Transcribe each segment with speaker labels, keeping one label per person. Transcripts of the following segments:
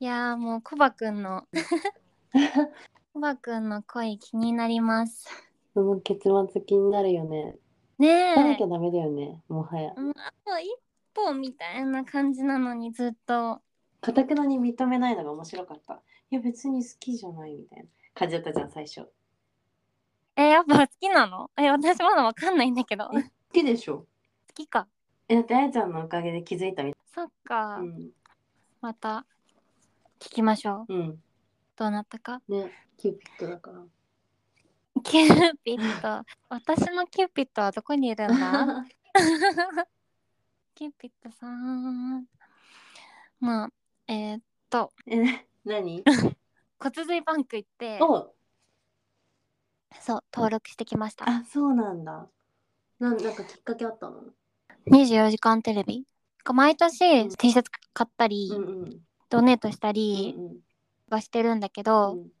Speaker 1: いやーもうコバくんの コバくんの恋気になります
Speaker 2: その結末気になるよね。
Speaker 1: ね
Speaker 2: 行か
Speaker 1: え
Speaker 2: なきゃダメだよね、もはや。
Speaker 1: うんあと一歩みたいな感じなのにずっと
Speaker 2: かたくなに認めないのが面白かった。いや、別に好きじゃないみたいな感じだったじゃん、最初。好
Speaker 1: えやっぱ好きなの え私まだわかんないんだけど 好
Speaker 2: えきでしょ
Speaker 1: きか
Speaker 2: え、だってあやちゃんのおかげで気づいたみた
Speaker 1: そっか、
Speaker 2: い。うん。
Speaker 1: また聞きましょう
Speaker 2: うん。
Speaker 1: どうなったか
Speaker 2: ね、キューピッドだから。
Speaker 1: キューピッド私のキューピッドはどこにいるん だキューピッドさんまあえー、
Speaker 2: え、何
Speaker 1: 骨髄バンク行って
Speaker 2: お
Speaker 1: そう登録してきました
Speaker 2: あ、そうなんだ。なんなんかきっかけあったの
Speaker 1: 24時間テレビ毎
Speaker 2: う
Speaker 1: 年
Speaker 2: ん
Speaker 1: T シャツ買ったり、
Speaker 2: うんうん。
Speaker 1: ドネートした
Speaker 2: うん
Speaker 1: り
Speaker 2: うん
Speaker 1: はしてるんだけど、
Speaker 2: うん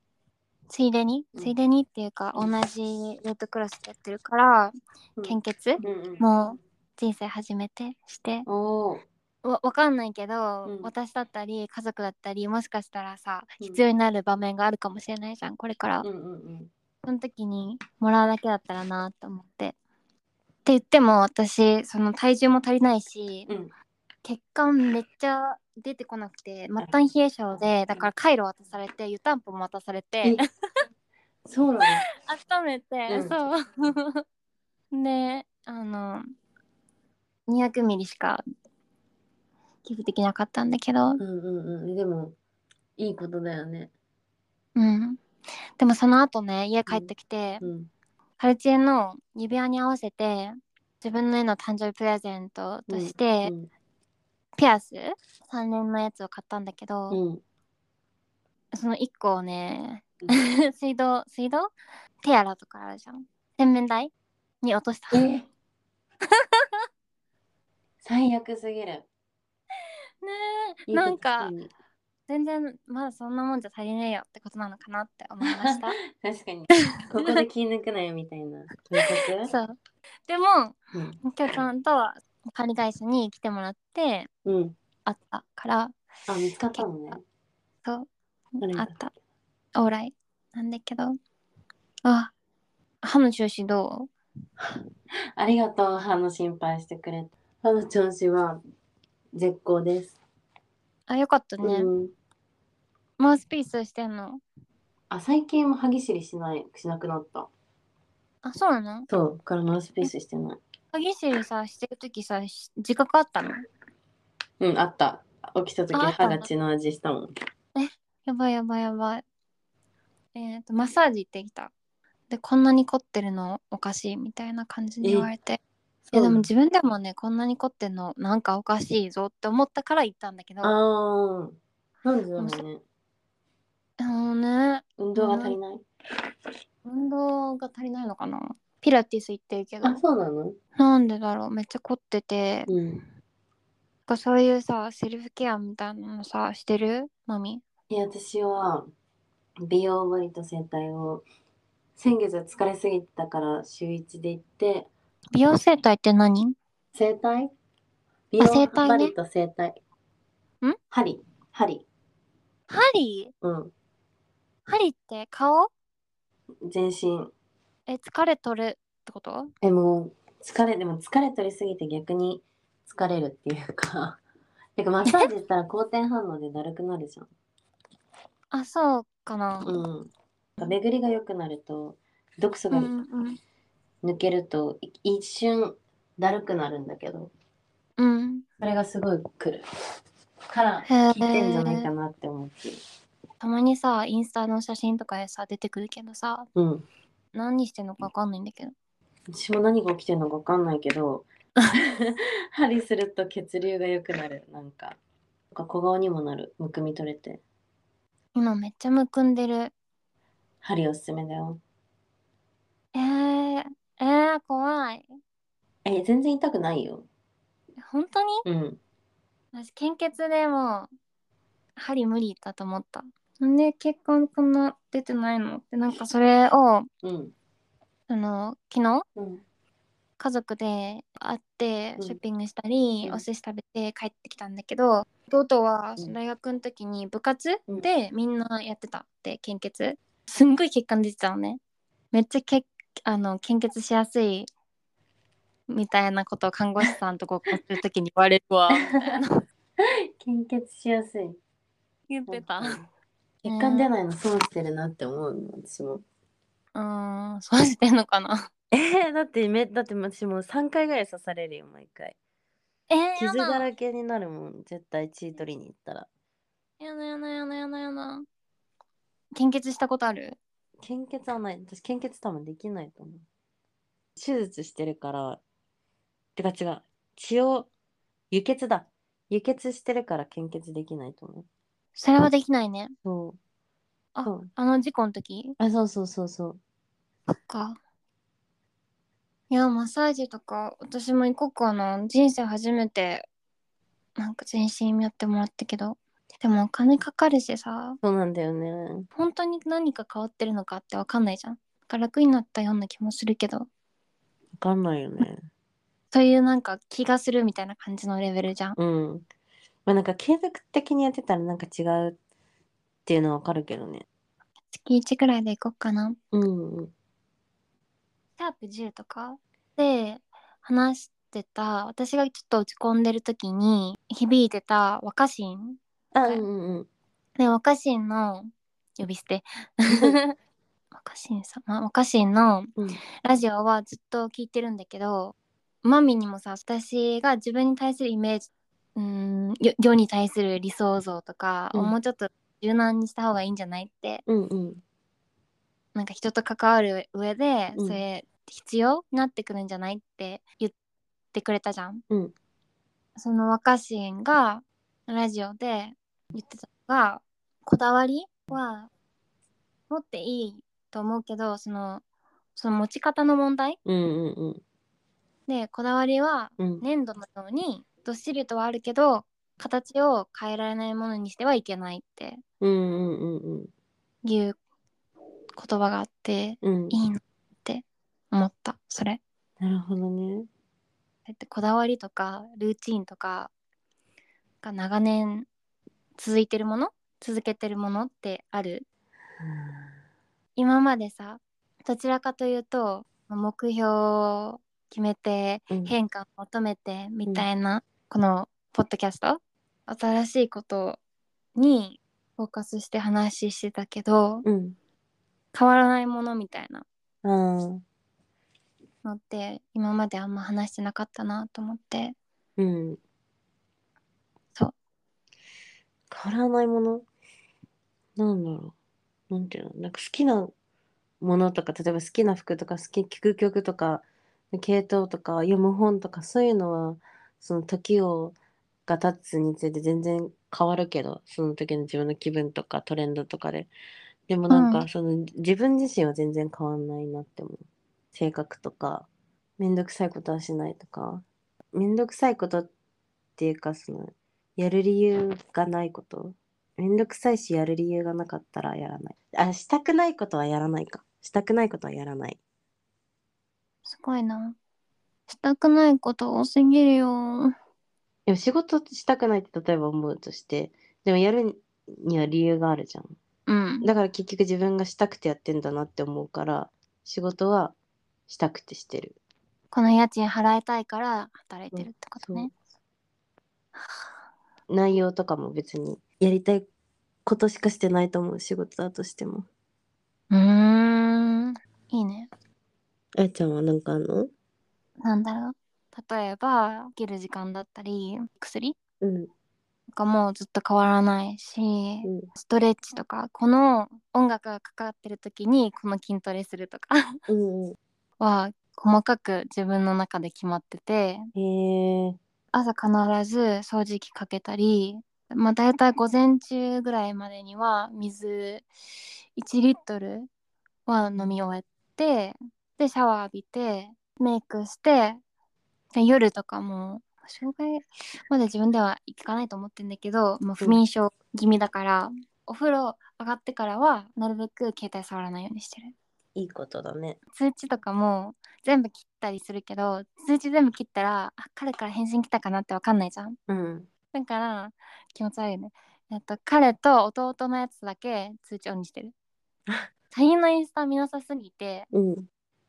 Speaker 1: ついでに
Speaker 2: うん
Speaker 1: ついでにっていうか、
Speaker 2: うん
Speaker 1: 同じレッドクロスでやってるから、
Speaker 2: うん
Speaker 1: 献血
Speaker 2: うんうん。
Speaker 1: もう人生初めてして
Speaker 2: おー
Speaker 1: わわかんないけど、
Speaker 2: うん
Speaker 1: 私だったり家族だったりもしかしたらさ
Speaker 2: うん
Speaker 1: 必要になる場面があるかもしれないじゃんこれから、
Speaker 2: うんうんうん。
Speaker 1: その時にもらうだけだったらなと思って。って言っても私その体重も足りないし、
Speaker 2: うん
Speaker 1: 血管めっちゃ出てこなくて末端冷え症でだからカイロ渡されて湯たんぽも渡され
Speaker 2: え
Speaker 1: て
Speaker 2: そうなの
Speaker 1: 温めて、
Speaker 2: うん
Speaker 1: そう であの200ミリしか寄付できなかったんだけど、
Speaker 2: うんうんうん。でも、いいことだよね。
Speaker 1: うん、でもその後ね家帰ってきて、
Speaker 2: うん。
Speaker 1: カルチエの指輪に合わせて自分の絵の誕生日プレゼントとして、
Speaker 2: うん
Speaker 1: ピアス3連のやつを買ったんだけど、
Speaker 2: うん。
Speaker 1: その1個をね
Speaker 2: う
Speaker 1: 水道水道手洗うとかあるじゃん洗面台に落としたね
Speaker 2: え 最悪すぎる。い
Speaker 1: え
Speaker 2: い
Speaker 1: なん
Speaker 2: う
Speaker 1: か全然まだそんなもんじゃ足りねえよってことなのかなって思いました
Speaker 2: 確かに。ここで気抜くなよみたいな。計画
Speaker 1: そうでも
Speaker 2: うん
Speaker 1: 今日ちゃんとは管理会社に来てもらって
Speaker 2: うん。
Speaker 1: あったから
Speaker 2: あ、見つかったのね。
Speaker 1: そう
Speaker 2: 何
Speaker 1: あ
Speaker 2: が
Speaker 1: ったオーライなんだけどあ歯の調子どう
Speaker 2: ありがとう、歯の心配してくれた。歯の調子は絶好です。
Speaker 1: あよかったね、
Speaker 2: うん。
Speaker 1: マウスピースしてんの
Speaker 2: あ、最近も歯ぎしりしない、しなくなった。
Speaker 1: あそうなの
Speaker 2: そう、だからマウスピースしてない。
Speaker 1: 歯ぎしりさしてる時さし自覚あったの
Speaker 2: うん、あった。起きた時
Speaker 1: ああった
Speaker 2: 歯
Speaker 1: んだ
Speaker 2: が血の味したもん。
Speaker 1: やばいやばいやばい。えっ、と、マッサージ行ってきた。で、こんなに凝ってるのおかしいみたいな感じに言われて。いや、でも自分でもね、こんなに凝ってるのなんかおかしいぞって思ったから行ったんだけど。あ
Speaker 2: ああー、なんでだろうね。
Speaker 1: のね、
Speaker 2: 運動が足りない。
Speaker 1: 運動が足りないのかなピラティス行ってるけど
Speaker 2: あ、。そうなの
Speaker 1: なんでだろうめっちゃ凝ってて。
Speaker 2: うん。
Speaker 1: なんかそういうさ、セルフケアみたいなのさ、してるマミ。
Speaker 2: いや、私は美容ボリと整体を先月は疲れすぎてたから週1で行って、
Speaker 1: 美容整体って何
Speaker 2: 整体美容
Speaker 1: 整体ね
Speaker 2: ボリと整体。
Speaker 1: ん
Speaker 2: 針。針。
Speaker 1: 針
Speaker 2: うん。
Speaker 1: 針って顔
Speaker 2: 全身。
Speaker 1: え、疲れ取るってこと
Speaker 2: でも、疲れ、でも疲れ取りすぎて逆に疲れるっていうか、 てかマッサージしたら好転反応でだるくなるじゃん。
Speaker 1: あ、そうかな。
Speaker 2: うん。巡りが良くなると、毒素が
Speaker 1: うんうん
Speaker 2: 抜けると、い一瞬だるくなるんだけど、
Speaker 1: うん。
Speaker 2: それがすごい来る。から、
Speaker 1: へえ
Speaker 2: 効いてんじゃないかなって思ってる。
Speaker 1: たまにさ、インスタの写真とかでさ、出てくるけどさ、
Speaker 2: うん。
Speaker 1: 何してんのかわかんないんだけど。
Speaker 2: 私も何が起きてるのか分かんないけど、針すると血流が良くなる。なんか、なんか小顔にもなる。むくみ取れて。
Speaker 1: 今めっちゃむくんでる。
Speaker 2: 針おすすめだよ。
Speaker 1: えー、えー、怖い。
Speaker 2: え、全然痛くないよ。
Speaker 1: 本当に
Speaker 2: うん。
Speaker 1: 私、献血でもう、針無理だと思った。なんで血管こんな出てないのって、なんかそれを、
Speaker 2: うん。
Speaker 1: あの、昨日、
Speaker 2: うん。
Speaker 1: 家族で会って
Speaker 2: うん
Speaker 1: ショッピングしたり、
Speaker 2: うん
Speaker 1: お寿司食べて帰ってきたんだけど弟は
Speaker 2: うん
Speaker 1: 大学の時に部活
Speaker 2: うん
Speaker 1: でみんなやってたって献血すんごい血管出てたのねめっちゃけあの献血しやすいみたいなことを看護師さんとごっこする時に言われる わみたいな
Speaker 2: 献血しやすい。
Speaker 1: 言ってた
Speaker 2: うん。血管出ないの損してるなって思うの、私も。
Speaker 1: うーんそうしてんのかな
Speaker 2: えー、だってめだって私もう3回ぐらい刺されるよ毎回
Speaker 1: えー、や
Speaker 2: 傷だ
Speaker 1: だ
Speaker 2: らけになるもん絶対血取りに行ったら
Speaker 1: やだやだやだやだやだ献血したことある
Speaker 2: 献血はない私献血多分できないと思う手術してるからてか違う血を輸血だ輸血してるから献血できないと思う
Speaker 1: それはできないね
Speaker 2: そう
Speaker 1: あ
Speaker 2: そう
Speaker 1: あの事故の時
Speaker 2: あそうそうそうそう
Speaker 1: そっかいやマッサージとか私も行こうかな人生初めてなんか全身やってもらったけどでもお金かかるしさ
Speaker 2: そうなんだよね
Speaker 1: 本当に何か変わってるのかってわかんないじゃんなんか楽になったような気もするけど
Speaker 2: 分かんないよね
Speaker 1: そういうなんか気がするみたいな感じのレベルじゃん
Speaker 2: うんまあなんか継続的にやってたらなんか違うっていうのは分かるけどね
Speaker 1: 月1くらいで行こうかな
Speaker 2: うんうん
Speaker 1: シャープ10とかで話してた私がちょっと落ち込んでる時に響いてた若新
Speaker 2: あうんうんうん
Speaker 1: で若新の呼び捨て若新さん、まあ、若新の
Speaker 2: うん
Speaker 1: ラジオはずっと聞いてるんだけどマミにもさ私が自分に対するイメージうーんよ世に対する理想像とかを
Speaker 2: うん
Speaker 1: もうちょっと柔軟にした方がいいんじゃないって、
Speaker 2: うんうん
Speaker 1: なんか人と関わる上で、
Speaker 2: うん
Speaker 1: それ必要になってくるんじゃないって言ってくれたじゃん。
Speaker 2: うん
Speaker 1: その若新がラジオで言ってたのがこだわりは持っていいと思うけどそのその持ち方の問題
Speaker 2: うんうんうん
Speaker 1: でこだわりは
Speaker 2: うん
Speaker 1: 粘土のようにどっしりとはあるけど形を変えられないものにしてはいけないって
Speaker 2: うんうんうん
Speaker 1: いう言葉があって
Speaker 2: うんうん
Speaker 1: いいなって思ったそれ。
Speaker 2: なるほどね
Speaker 1: だってこだわりとかルーチンとかが長年続いてるもの続けてるものってある今までさどちらかというと目標を決めて
Speaker 2: うん
Speaker 1: 変化を求めてみたいな、このポッドキャスト新しいことにフォーカスして話してたけど
Speaker 2: うん
Speaker 1: 変わらないものみたいな
Speaker 2: あー
Speaker 1: のって今まであんま話してなかったなと思って
Speaker 2: うん
Speaker 1: そう
Speaker 2: 変わらないものなんだろうなんていうのなんか好きなものとか例えば好きな服とか好き聴く曲とか系統とか読む本とかそういうのはその時をが経つについて全然変わるけどその時の自分の気分とかトレンドとかででもなん
Speaker 1: う
Speaker 2: かその、自分自身は全然変わんないなって思う性格とかめんどくさいことはしないとかめんどくさいことっていうかそのやる理由がないことめんどくさいしやる理由がなかったらやらないあしたくないことはやらないかしたくないことはやらない
Speaker 1: すごいな。したくないこと多すぎるよ。
Speaker 2: でも仕事したくないって例えば思うとしてでもやるには理由があるじゃん
Speaker 1: うん。
Speaker 2: だから結局自分がしたくてやってんだなって思うから仕事はしたくてしてる
Speaker 1: この家賃払いたいから働いてるってことね。
Speaker 2: 内容とかも別にやりたいことしかしてないと思う仕事だとしても
Speaker 1: うーん。いいね。
Speaker 2: あやちゃんはなんかあんの
Speaker 1: なんだろう。例えば、起きる時間だったり、薬
Speaker 2: うん
Speaker 1: がもうずっと変わらないし、
Speaker 2: うん
Speaker 1: ストレッチとか、この音楽がかかってる時にこの筋トレするとか
Speaker 2: うん
Speaker 1: は、細かく自分の中で決まってて、
Speaker 2: へえ
Speaker 1: 朝必ず掃除機かけたり、まあ、大体午前中ぐらいまでには水1リットルは飲み終えてでシャワー浴びてメイクしてで夜とかも障害まで自分ではいかないと思ってんだけどもう不眠症気味だから、お風呂上がってからはなるべく携帯触らないようにしてる。
Speaker 2: いいことだね。
Speaker 1: 通知とかも全部切ったりするけど通知全部切ったらあ彼から返信来たかなって分かんないじゃん
Speaker 2: うん。
Speaker 1: だから気持ち悪いよねえっと彼と弟のやつだけ通知オンにして る LINE のインスタ見なさすぎて
Speaker 2: うん。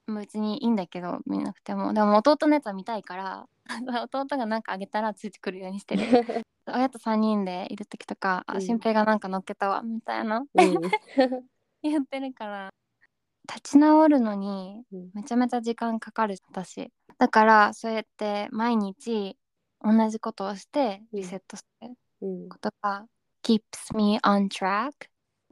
Speaker 1: まあ別にいいんだけど見なくてもでも弟のやつは見たいから 弟がなんかあげたら通知来るようにしてる 親と3人でいる時とか「
Speaker 2: う
Speaker 1: あ
Speaker 2: ん
Speaker 1: 新平がなんか乗っけたわ」みたいな
Speaker 2: うん。
Speaker 1: 言ってるから立ち直るのに
Speaker 2: うん
Speaker 1: めちゃめちゃ時間かかる私だからそうやって毎日同じことをしてリセットする
Speaker 2: うん
Speaker 1: ことが keeps me on track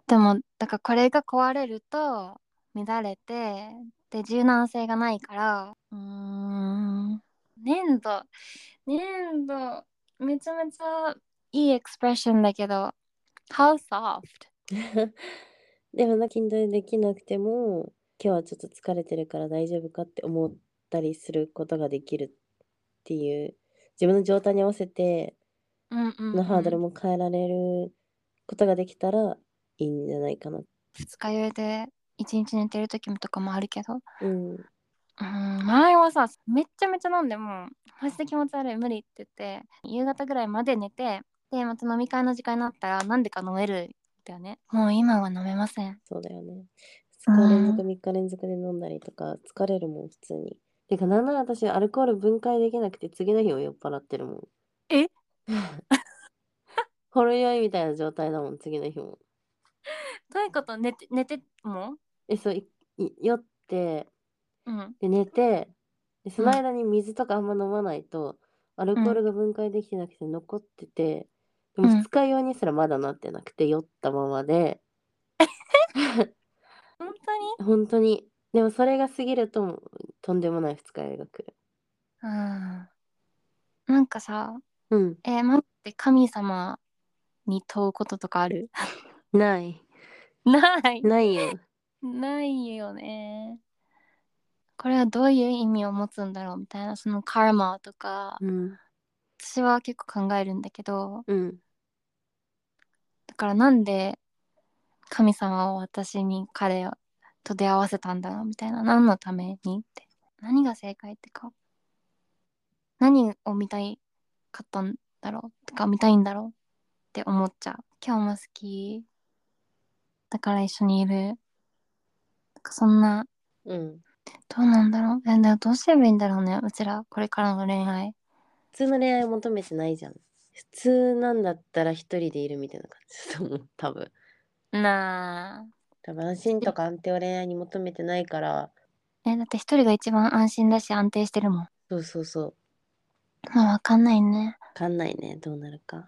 Speaker 1: でもだからこれが壊れると乱れてで柔軟性がないからうーん粘土粘土めちゃめちゃいいエクスプレッションだけど How soft?
Speaker 2: でもな筋トレできなくても今日はちょっと疲れてるから大丈夫かって思ったりすることができるっていう自分の状態に合わせて
Speaker 1: うんうん、う
Speaker 2: の
Speaker 1: ん、
Speaker 2: ハードルも変えられることができたらいいんじゃないかな。
Speaker 1: 二日酔いで一日寝てる時もとかもあるけど
Speaker 2: うん、
Speaker 1: うん前はさめっちゃめちゃ飲んでもマジで気持ち悪い無理って言って夕方ぐらいまで寝てでまた飲み会の時間になったらなんでか飲めるんだよねもう今は飲めません
Speaker 2: そうだよね。
Speaker 1: う
Speaker 2: 2
Speaker 1: ん
Speaker 2: 日連続、3日連続で飲んだりとか、疲れるもん、普通に。てか、なんなら私、アルコール分解できなくて、次の日も酔っ払ってるもん。
Speaker 1: え
Speaker 2: ほろ酔いみたいな状態だもん、次の日も。
Speaker 1: どういうこと寝て寝ても
Speaker 2: え、そう、いい酔って、
Speaker 1: うん
Speaker 2: で、寝て、でその
Speaker 1: うん
Speaker 2: 間に水とかあんま飲まないと、アルコールが分解できてなくて残ってて、でも
Speaker 1: うん
Speaker 2: 2日用にすらまだなってなくて、酔ったままで、
Speaker 1: 本当に
Speaker 2: 本当に、でもそれが過ぎるともう、とんでもない二日酔いが来る。
Speaker 1: うんなんかさ
Speaker 2: うん、
Speaker 1: えー、待って神様に問うこととかある
Speaker 2: ない。
Speaker 1: ない
Speaker 2: ないよ。
Speaker 1: ないよね。これはどういう意味を持つんだろうみたいなそのカルマとか
Speaker 2: うん。
Speaker 1: 私は結構考えるんだけど
Speaker 2: うん。
Speaker 1: だからなんで神様を私に彼と出会わせたんだろうみたいな何のためにって何が正解ってか何を見たいかったんだろうとか見たいんだろうって思っちゃう今日も好きだから一緒にいるなんかそんな
Speaker 2: うん。
Speaker 1: どうなんだろうえでもどうすればいいんだろうねうちらこれからの恋愛
Speaker 2: 普通の恋愛を求めてないじゃん。普通なんだったら一人でいるみたいな感じだと思う。多分。
Speaker 1: なあ
Speaker 2: 多分安心とか安定を恋愛に求めてないから。
Speaker 1: えだって一人が一番安心だし安定してるもん
Speaker 2: そうそうそう。
Speaker 1: まあわかんないね
Speaker 2: わかんないね。どうなるか。